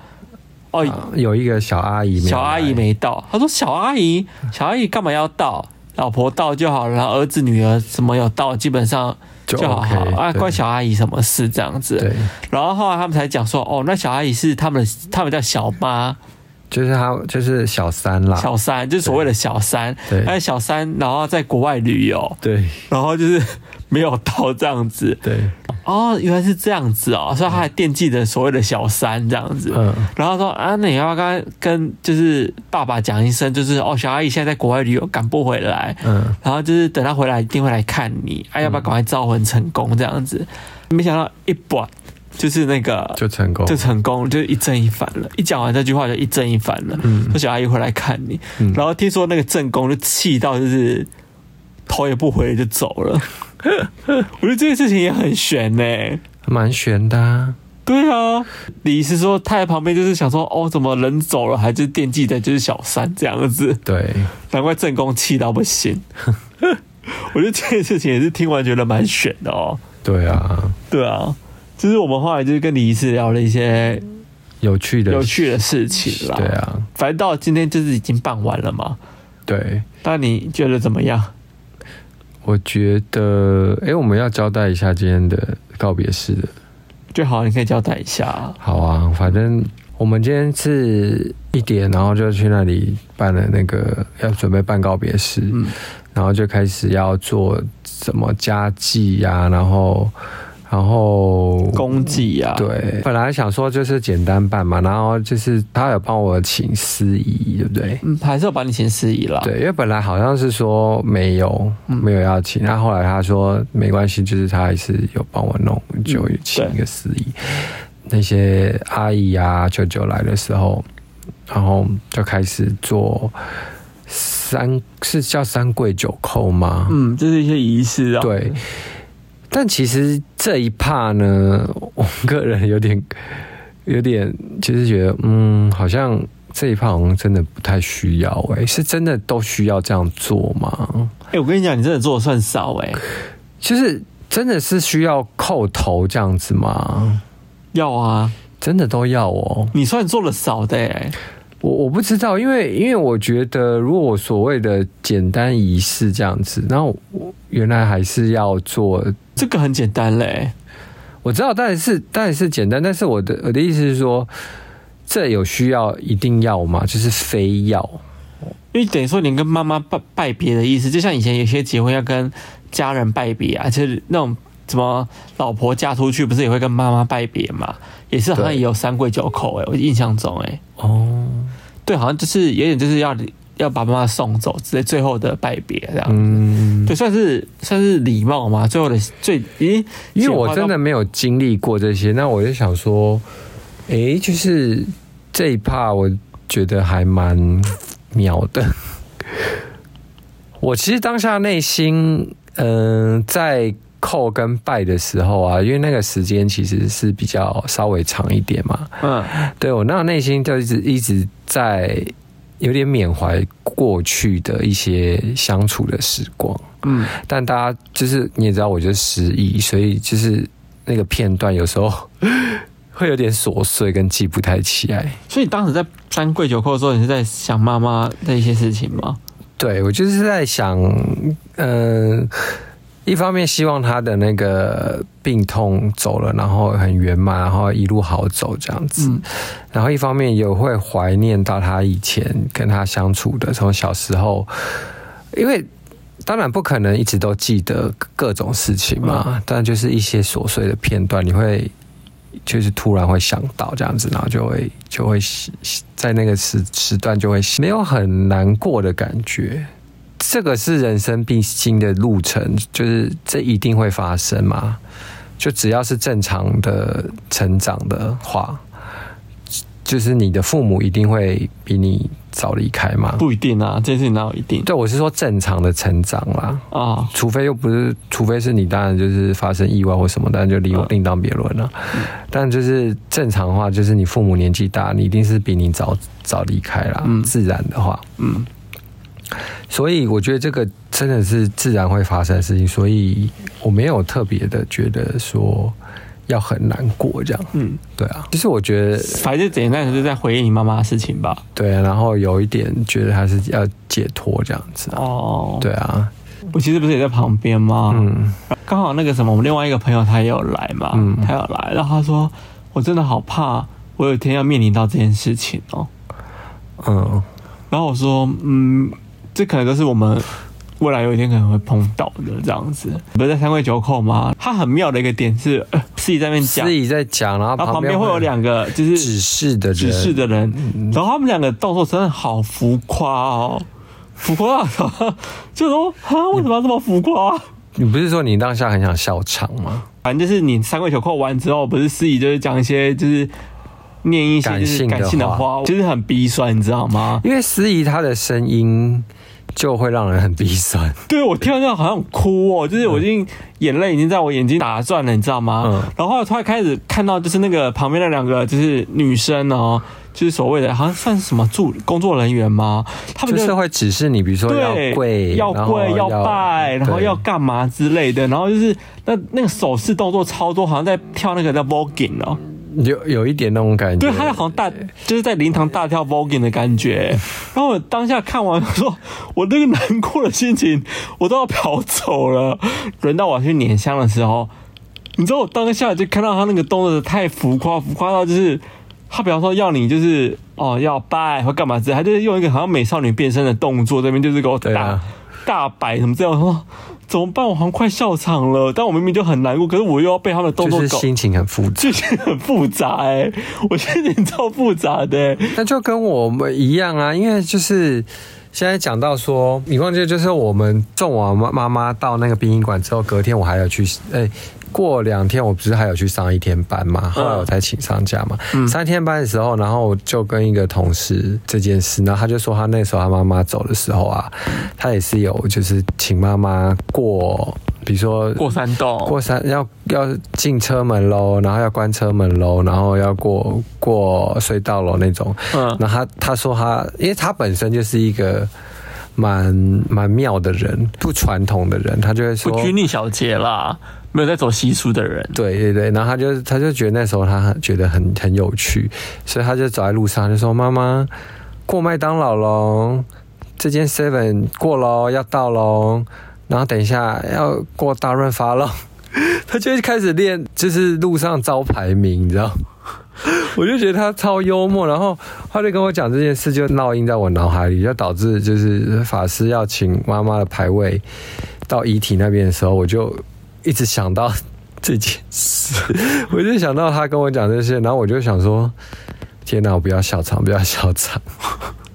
哦，
啊？有一个小阿姨没有来，
小阿姨没到。他说小阿姨，
嗯
小阿姨干嘛要到？老婆到就好了，然后儿子女儿什么有到，基本上
就
好
OK，
啊，
对
关小阿姨什么事这样子。
对，
然后后来他们才讲说，哦，那小阿姨是他们的，他们叫小妈、
就是他就是小三啦，
小三，就是所谓的小三。
啊对
但是小三，然后在国外旅游，
对
然后就是没有到这样子。
对，
哦，原来是这样子哦，所以他还惦记着所谓的小三这样子。
嗯
然后说啊，那你要不要跟跟就是爸爸讲一声，就是哦，小阿姨现在在国外旅游，赶不回来，
嗯，
然后就是等她回来一定会来看你，啊，要不要赶快招魂成功这样子？没想到一把就是那个
就成功，
就成功，就一正一反了。一讲完这句话就一正一反了，
嗯
说小阿姨会来看你，
嗯
然后听说那个正宫就气到就是头也不回就走
*laughs*
了。我觉得这件事情也很悬呢、
蛮悬的、啊，
对啊，李是说他在旁边就是想说，哦，怎么人走了，还是惦记的就是小三这样子，
对，
难怪正宫气到
*laughs*
不行。我觉得这件事情也是听完觉得蛮悬的哦。
对啊，
对啊，就是我们后来就是跟李医师聊了一些
有趣的，
有趣的事情啦。
对，啊，
反正到今天就是已经办完了嘛。
对，啊
那你觉得怎么样？
我觉得，哎、我们要交代一下今天的告别式的，
最好你可以交代一下啊。
好啊，反正我们今天是一点，然后就去那里办了那个要准备办告别式，
嗯
啊然后就开始要做什么家祭呀、然后然后
功绩啊，
对，本来想说就是简单办嘛，然后就是他有帮我请司仪，对不对？
嗯，还是要把你请司仪啦。
对，因为本来好像是说没有没有要请，那后来他说没关系，就是他还是有帮我弄，就请一个司仪。那些阿姨啊、舅舅来的时候，然后就开始做三是叫三跪九叩吗？
嗯，就是一些仪式啊。
对，但其实这一趴呢，我个人有点有点，其实觉得嗯，好像这一趴好像真的不太需要哎、是真的都需要这样做吗？
哎、我跟你讲，你真的做的算少哎、
就是真的是需要叩头这样子吗？
要啊，
真的都要哦。
你算做了少的哎、
我我不知道，因为因为我觉得，如果我所谓的简单仪式这样子，然后我原来还是要做，
这个很简单嘞、
我知道，当然是当然是简单，但是我的我的意思是说，这有需要一定要吗？就是非要，
因为等于说你跟妈妈拜拜别的意思，就像以前有些结婚要跟家人拜别啊，就是那种什么老婆嫁出去，不是也会跟妈妈拜别嘛？也是好像
对
也有三跪九叩哎、我印象中哎、
哦，
对，好像就是有点就是要要把妈妈送走之类，最后的拜别这样。
嗯，
对，算是算是礼貌嘛，最后的最咦，
因为我
简化到
真的没有经历过这些，那我就想说，诶，就是这一趴，我觉得还蛮秒的。我其实当下内心，嗯、在扣跟拜的时候啊，因为那个时间其实是比较稍微长一点嘛，
嗯，
*laughs* 对我那内心就一直一直在有点缅怀过去的一些相处的时光。
嗯，
但大家就是你也知道，我就是失忆，所以就是那个片段有时候 *laughs* 会有点琐碎，跟记不太起来。
所以当时在三跪九叩的时候，你是在想妈妈的一些事情吗？
对我就是在想，嗯、一方面希望他的那个病痛走了，然后很圆满，然后一路好走这样子。
嗯
然后一方面也会怀念到他以前跟他相处的，从小时候，因为当然不可能一直都记得各种事情嘛，但就是一些琐碎的片段，你会就是突然会想到这样子，然后就会就会在那个时时段就会没有很难过的感觉。这个是人生必经的路程，就是这一定会发生嘛。就只要是正常的成长的话，就是你的父母一定会比你早离开嘛。
不一定啊，这件事情哪有一定
对，我是说正常的成长啦，
啊？
除非又不是，除非是你当然就是发生意外或什么，当然就另
嗯
另当别论了。但就是正常的话，就是你父母年纪大，你一定是比你早早离开啦。
嗯
自然的话，
嗯，
所以我觉得这个真的是自然会发生的事情，所以我没有特别的觉得说要很难过这样。
嗯，
对啊，其实我觉得
反正简单的是在回忆你妈妈的事情吧。
对啊、然后有一点觉得还是要解脱这样子啊。
哦，
对啊，
我其实不是也在旁边吗？
嗯，
刚好那个什么，我们另外一个朋友他也有来嘛，
嗯
他有来，然后他说我真的好怕，我有一天要面临到这件事情哦。
嗯，
然后我说，嗯，这可能都是我们未来有一天可能会碰到的这样子。不是在三跪九叩吗？他很妙的一个点是，呃自己在那边讲
自，己在讲，然后
然后旁边
边
会有两个就是
指示的人，
指示的嗯人，然后他们两个动作真的好浮夸哦，浮夸到就说哈，为什么要这么浮夸？啊
你不是说你当下很想笑场吗？
反正就是你三跪九叩完之后，不是司仪就是讲一些就是念一些就是感
感
性
性
的
的
话
话，
就是很鼻酸，你知道吗？
因为司仪他的声音就会让人很鼻酸。
对我听到这样好想哭哦，就是我已经眼泪已经在我眼睛打转了，你知道吗？
嗯
然后突然开始看到就是那个旁边那两个就是女生哦，就是所谓的好像算是什么助工作人员吗？他们
就是会指示你，比如说要
对，
跪，
要跪，
然
要
后
拜，然后要
对
干嘛之类的，然后就是那那个手势动作超多，好像在跳那个叫 voguing 哦，
有有一点那种感觉。
对，他好像大就是在灵堂大跳 voguing 的
*laughs*
感觉。然后我当下看完，我说我那个难过的心情我都要跑走了。轮到我去捻香的时候，你知道我当下就看到他那个动作太浮夸，浮夸到就是啊他比方说要你就是哦要拜或干嘛之类，他就是用一个好像美少女变身的动作，这边就是给我
对
打。
啊，
大摆什么这样，我说怎么办？我好像快笑场了，但我明明就很难过，可是我又要被他们的动作
就是
搞，
心情很复杂。
剧情很复杂哎、我心情超复杂的、欸。
*laughs* 那就跟我们一样啊，因为就是现在讲到说，你忘记就是我们送我妈妈妈到那个殡仪馆之后，隔天我还有去，哎、过两天我不是还有去上一天班嘛，后来我才请上假嘛。三天班的时候，然后我就跟一个同事这件事，然后他就说他那时候他妈妈走的时候啊，他也是有就是请妈妈过，比如说
过山洞，
过山要要进车门喽，然后要关车门喽，然后要过过隧道喽那种。
嗯
那他他说他，因为他本身就是一个蛮蛮妙的人，不传统的人，他就会说
不拘泥小节啦，没有在走习俗的人。
对对对，然后他就他就觉得那时候他很觉得很很有趣，所以他就走在路上他就说：“妈妈，过麦当劳喽，这间 Seven 过喽，要到喽，然后等一下要过大润发喽。” *laughs* 他就会开始练，就是路上招牌名，你知道。 *laughs* 我就觉得他超幽默，然后他就跟我讲这件事，就烙印在我脑海里，就导致就是法师要请妈妈的牌位到遗体那边的时候，我就一直想到 *laughs* 这件事， *laughs* 我就想到他跟我讲这些，然后我就想说，天哪，我不要笑场，不要笑场，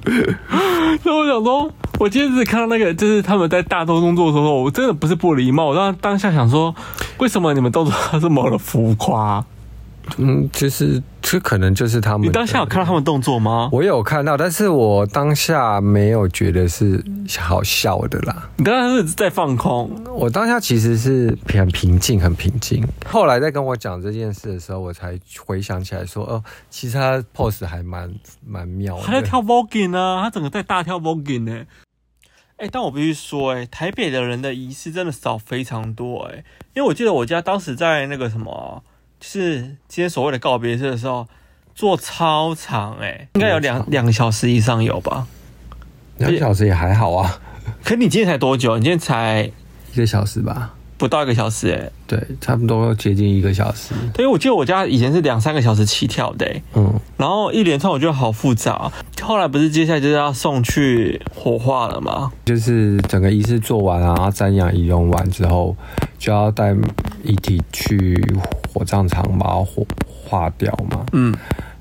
那我想说，我今天只看到那个，就是他们在大洲工作的时候，我真的不是不礼貌，我当当下想说，为什么你们动作这么的浮夸？
嗯，就是这可能就是他们的。
你当下有看到他们动作吗？
我有看到，但是我当下没有觉得是好笑的啦。
你当下是在放空，
我当下其实是很平静，很平静。后来在跟我讲这件事的时候，我才回想起来说，哦，其实他 pose 还蛮蛮妙的。
他在跳 voguing 啊，他整个在大跳 voguing 呢、哎、但我必须说、哎，台北的人的仪式真的少非常多、哎，因为我记得我家当时在那个什么，就是今天所谓的告别式的时候，做超长、哎，应该有两两个小时以上有吧？
两个小时也还好啊，
可你今天才多久？你今天才
一个小时吧，
不到一个小时、哎，
对，差不多接近一个小时。
对，我记得我家以前是两三个小时起跳的、哎
嗯，
然后一连串我觉得好复杂哦、后来不是接下来就是要送去火化了吗？
就是整个仪式做完啊，然后瞻仰仪容完之后，就要带遗体去火葬场把它火化掉嘛。
嗯，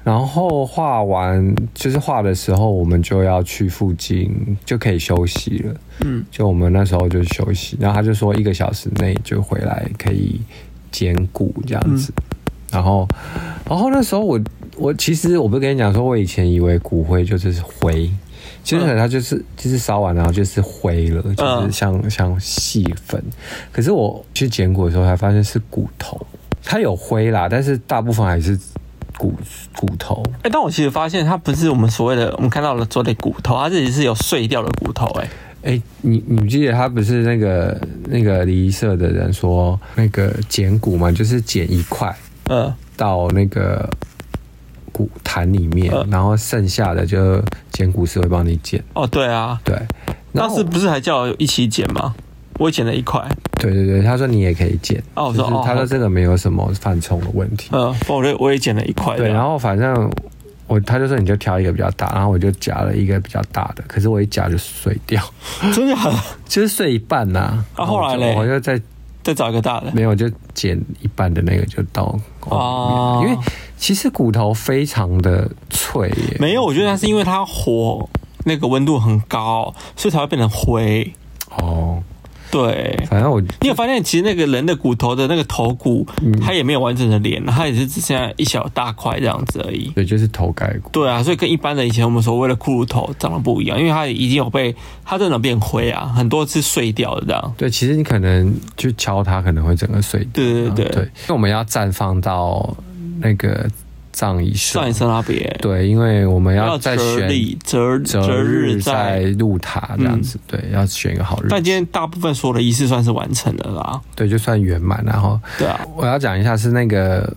然后画完，就是画的时候，我们就要去附近就可以休息了。
嗯，
就我们那时候就休息，然后他就说一个小时内就回来可以兼顾这样子。然后，然后那时候我我其实我不是跟你讲说，我以前以为骨灰就是灰，其实可能它就是、就是烧完然后就是灰了，就是像、像细粉。可是我去捡骨的时候才发现是骨头，它有灰啦，但是大部分还是骨骨头。
哎、但我其实发现它不是我们所谓的我们看到的做的骨头，它自己是有碎掉的骨头、哎，
哎、你你记得他不是那个那个离社的人说那个剪骨嘛，就是剪一块
嗯，
到那个骨坛里面，
嗯
然后剩下的就剪骨师会帮你剪。
哦，对啊，
对，然
当
后
时不是还叫我一起剪吗？我剪了一块，
对对对，他说你也可以剪。
哦我
就
说
是
哦
他
好
说这个没有什么犯冲的问题。
嗯，我也我也剪了一块，
对，然后反正我他就说你就挑一个比较大，然后我就夹了一个比较大的，可是我一夹就碎掉， *laughs*
真的很
就是碎一半呐、
啊后来嘞
我就再
再找一个大的，
没有，就剪一半的那个就到
哦
哦，因为其实骨头非常的脆耶，
没有，我觉得它是因为它火那个温度很高，所以才会变成灰，
哦，
对。
反正我
你有发现，其实那个人的骨头的那个头骨，
嗯
它也没有完整的脸，它也是只剩下一小大块这样子而已。
对就是头盖骨，
对啊，所以跟一般的以前我们所谓的骷髅头长得不一样，因为它已经有被它真的变灰啊，很多次碎掉的这样。
对，其实你可能去敲它，可能会整个碎掉，
对对对
对，因为我们要绽放到那个葬仪社
上一，次那边
对，因为我们要再
择
选
礼择择
择
日
日再
在。
入塔这样子，对，要选一个好日子，
嗯但今天大部分所有的仪式算是完成了啦，
对，就算圆满，然后
对啊，
我要讲一下是那个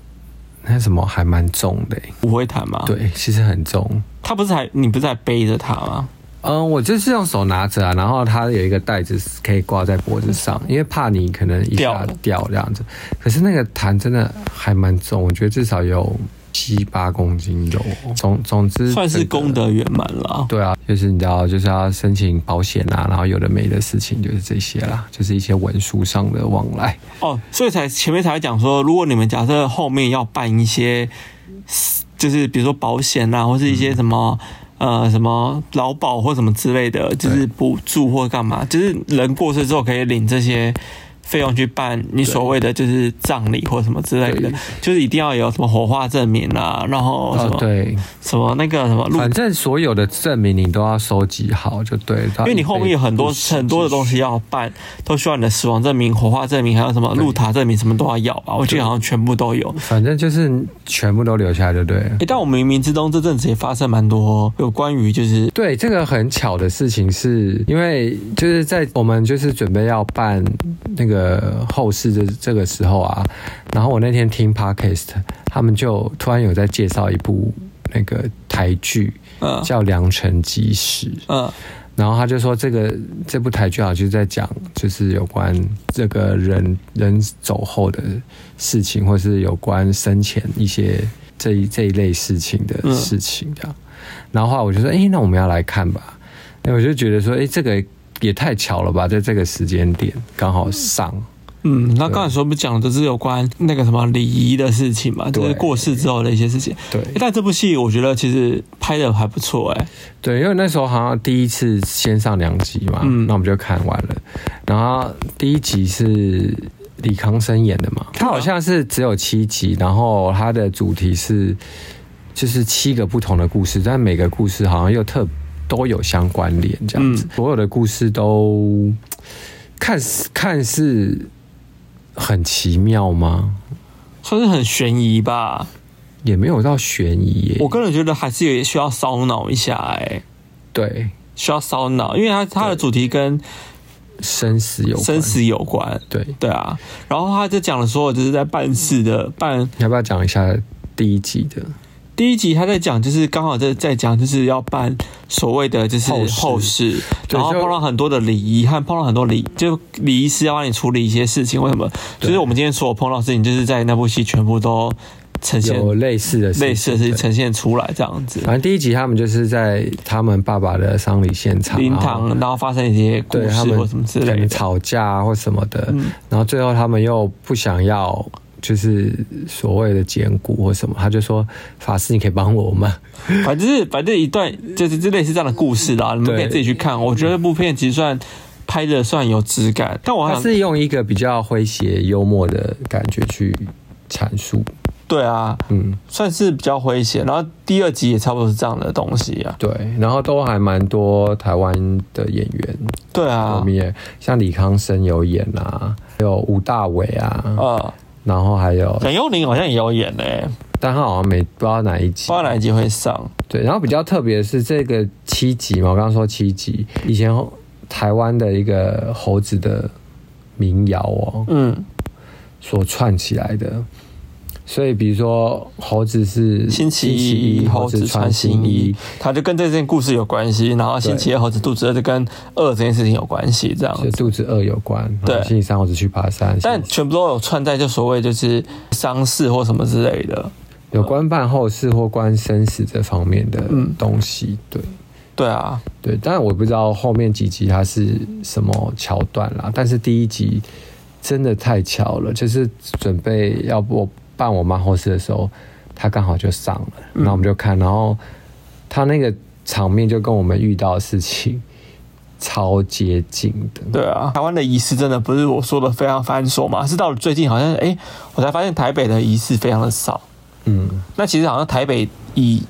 那什么还蛮重的耶，
骨灰坛嘛，，
对，其实很重。
他不是还你不是还背着它吗？
嗯，我就是用手拿着啊，然后它有一个袋子是可以挂在脖子上，因为怕你可能一
掉
下
了
掉这样子。可是那个痰真的还蛮重，我觉得至少有七八公斤有，总总之、
算是功。德圆满了。
对啊，就是你知道，就是要申请保险啊，然后有的没的事情就是这些啦，就是一些文书上的往来。
哦，所以才前面才会讲说，如果你们假设后面要办一些，就是比如说保险啊，或是一些什么、
嗯
呃什么劳保或什么之类的，就是补助或干嘛，就是人过世之后可以领这些。费用去办你所谓的就是葬礼或什么之类的
对，
就是一定要有什么火化证明啊，然后什
哦
么、，
对，
什么那个什么路
反正所有的证明你都要收集好，就对。因
因为你后面有很多很多的东西要办，都需要你的死亡证明、火化证明，还有什么路塔证明，什么都要要吧。我记得好像全部都有。
反正就是全部都留下来，就对了。
诶，但我们冥冥之中这阵子也发生蛮多有关于就是
对，这个很巧的事情是，因为就是在我们就是准备要办那个后事的这个时候啊，然后我那天听 podcast，他们就突然有在介绍一部那个台剧
嗯
叫《良辰吉时》，
嗯
然后他就说这个这部台剧好像就是在讲就是有关这个人人走后的事情，或是有关生前一些这一这一类事情的
嗯
事情这样。然后后来我就说，哎、那我们要来看吧。那我就觉得说，哎、这个也太巧了吧，在这个时间点刚好上。
嗯，那刚才说不讲的就是有关那个什么礼仪的事情嘛，就是
对
过世之后的一些事情。
对
诶但这部戏我觉得其实拍的还不错哎、
对，因为那时候好像第一次先上两集嘛，
嗯
那我们就看完了。然后第一集是李康生演的嘛，他好像是只有七集，然后他的主题是就是七个不同的故事，但每个故事好像又特都有相关联这样子，
嗯
所有的故事都看似看似很奇妙吗？
算是很悬疑吧。
也没有到悬疑耶，
我个人觉得还是有需要烧脑一下哎、
对
需要烧脑，因为它它的主题跟
生死有关
生死有关。
对。
对啊，然后他就讲了所有就是在办事的办
你要不要讲一下第一集的？
第一集他在讲就是刚好在在讲就是要办所谓的就是
后事
后事，
对
然后
就
碰到很多的礼仪和碰到很多礼就礼仪师要帮你处理一些事情，为什么？
对
就是我们今天所有碰到的事情，就是在那部戏全部都呈现
有类似的事情
类似的事情
对
呈现出来这样子，
反正第一集他们就是在他们爸爸的丧礼现场，
灵
然后
堂然后发生一些故
啊对他
事
们
或什么之
可
类
能
的，
吵架啊或什么的，
嗯
然后最后他们又不想要。就是所谓的剪骨或什么，他就说法师，你可以帮我吗？
反正就是反正一段就是就类似这样的故事啦，你们
对
可以自己去看。我觉得这部片其实算拍的算有质感，但我还
他
想
是用一个比较诙谐幽默的感觉去阐述，
对啊，
嗯，
算是比较诙谐。然后第二集也差不多是这样的东西啊，
对，然后都还蛮多台湾的演员，
对
我
啊
们，也像李康生有演啊，有吴大伟啊，
呃，
然后还有
沈幽宁好像也有演呢、
但他好像没不知道哪一集，
不知道哪一集会上。
对，然后比较特别的是这个七集嘛，我刚刚说七集，以前猴台湾的一个猴子的民谣哦，
嗯，
所串起来的。所以，比如说猴子是
星期一猴子穿新衣，，它就跟这件故事有关系。然后星期二猴子肚子饿，就跟饿这件事情有关系，这样
所以
子。
肚子饿有关。
对
然后星期三猴子去爬山，
但
星期
全部都有串在就所谓就是丧事或什么之类的。
有关办后事或关生死这方面的
嗯
东西，对。
对啊，
对，但我不知道后面几集它是什么桥段啦。但是第一集真的太巧了，就是准备要我办我妈后事的时候，她刚好就上了，那我们就看，然后她那个场面就跟我们遇到的事情超接近的。
对啊，台湾的仪式真的不是我说的非常繁琐嘛，是到了最近好像哎、诶我才发现台北的仪式非常的少。
嗯，
那其实好像台北以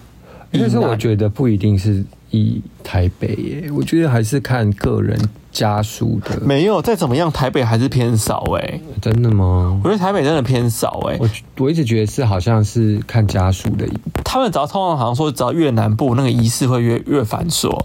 以
但是我
南
觉得不一定是以台北耶，我觉得还是看个人家属的。
没有，再怎么样，台北还是偏少哎、
真的吗
我？觉得台北真的偏少哎、
我我一直觉得是好像是看家属的，
他们只要通常好像说，只要越南部那个仪式会越越繁琐。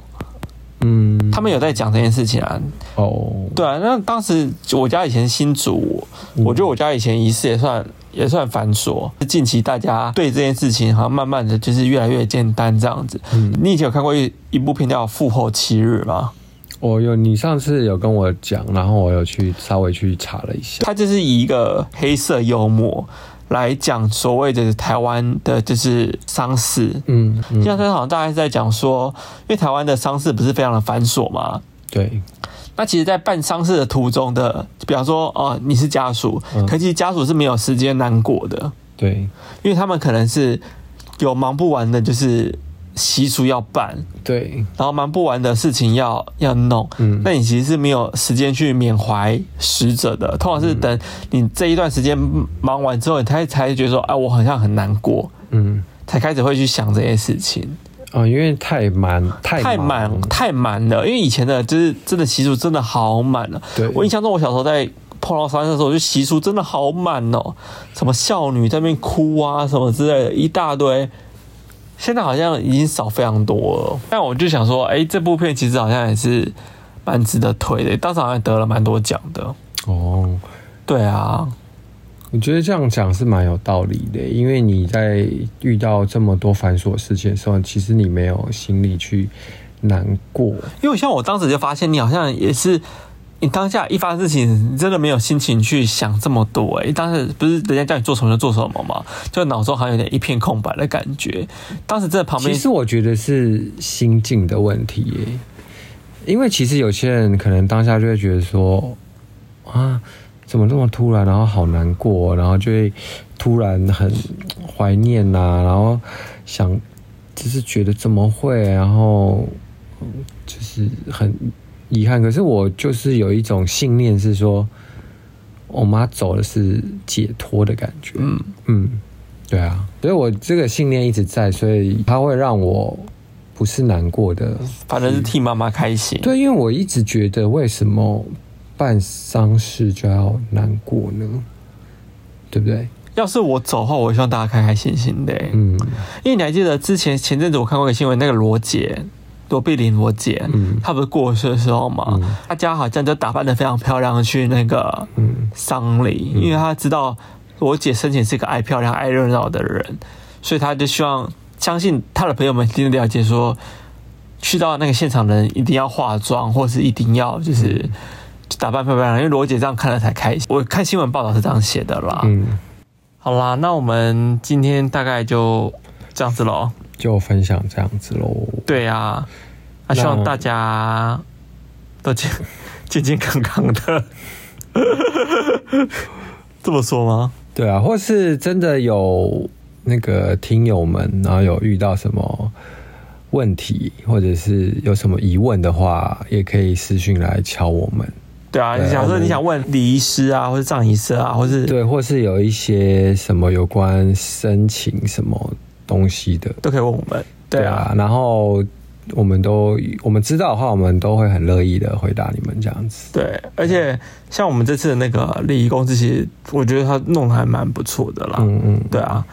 嗯，
他们有在讲这件事情啊，
哦，
对啊。那当时我家以前新竹，我觉得我家以前仪式也算也算繁琐。近期大家对这件事情好像慢慢的就是越来越简单这样子。
嗯
你以前有看过一一部片叫《复后七日》吗？
我有，你上次有跟我讲，然后我有去稍微去查了一下。
他就是以一个黑色幽默，来讲所谓的台湾的就是丧事。
嗯
金
嗯，
像生好像大概是在讲说，因为台湾的丧事不是非常的繁琐嘛，
对，
那其实，在办丧事的途中的，比方说，哦、你是家属，
嗯
可其实家属是没有时间难过的，
对，
因为他们可能是有忙不完的，就是习俗要办，
对，
然后忙不完的事情要要弄，
嗯
那你其实是没有时间去缅怀死者的，通常是等你这一段时间忙完之后，你才才觉得说，哎、我好像很难过，
嗯，
才开始会去想这些事情。
哦，因为太满，太
太满
满，
太满了，因为以前的就是真的习俗真的好满了。
对
我印象中，我小时候在碰到丧事的时候，就习俗真的好满哦，什么孝女在那边哭啊，什么之类的，一大堆。现在好像已经少非常多了，但我就想说，哎、这部片其实好像也是蛮值得推的，当时好像也得了蛮多奖的。
哦。
对啊，
我觉得这样讲是蛮有道理的，因为你在遇到这么多繁琐的事情的时候，其实你没有心力去难过。
因为像我当时就发现，你好像也是，你当下一发生事情，你真的没有心情去想这么多、欸。当时不是人家叫你做什么就做什么嘛，就脑中好像有点一片空白的感觉。当时真的旁
其
边
实我觉得是心境的问题耶，因为其实有些人可能当下就会觉得说，啊，怎么这么突然，然后好难过，然后就会突然很怀念呐、然后想，就是觉得怎么会，然后嗯就是很遗憾。可是我就是有一种信念是说，我妈走的是解脱的感觉，
嗯，
嗯，对啊，所以我这个信念一直在，所以它会让我不是难过的。
反正是替妈妈开心。
嗯对，因为我一直觉得为什么办丧事就要难过呢？对不对？
要是我走后，我希望大家开开心心的、欸
嗯
因为你还记得之前前阵子我看过一个新闻，那个罗杰。罗碧玲，罗姐，
嗯
她不是过世的时候嘛，
嗯
她家好像就打扮的非常漂亮，去那个
嗯
丧礼，因为他知道我姐生前是个爱漂亮、爱热闹的人，所以他就希望相信他的朋友们一定了解说，去到那个现场的人一定要化妆，或是一定要
嗯
就是打扮漂亮，因为罗姐这样看了才开心。我看新闻报道是这样写的啦。
嗯，
好啦，那我们今天大概就这样子喽。
就分享这样子喽。
对啊，啊，希望大家都健健健康康的。 *laughs* 这么说吗？
对啊，或是真的有那个听友们，然后有遇到什么问题，或者是有什么疑问的话，也可以私讯来敲我们。
对啊，
对
假
我
设
们
你想问礼仪师啊，或是葬仪师啊，或是
对，或是有一些什么有关申请什么东西的，
都可以问我们。对啊，，
然后我们都我们知道的话，我们都会很乐意的回答你们这样子。
对，啊而且像我们这次的那个礼仪公司，其实我觉得他弄得还蛮不错的啦。
嗯嗯，
对啊，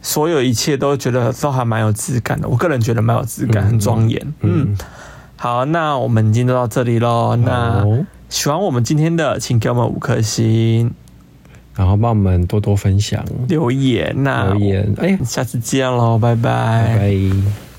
所有一切都觉得都还蛮有质感的，我个人觉得蛮有质感，
嗯
很庄严。嗯，好，那我们今天就到这里喽。那
好
喜欢我们今天的，请给我们五颗星
然后帮我们多多分享
留言。那
留言，哎呀，
下次见喽，拜
拜拜。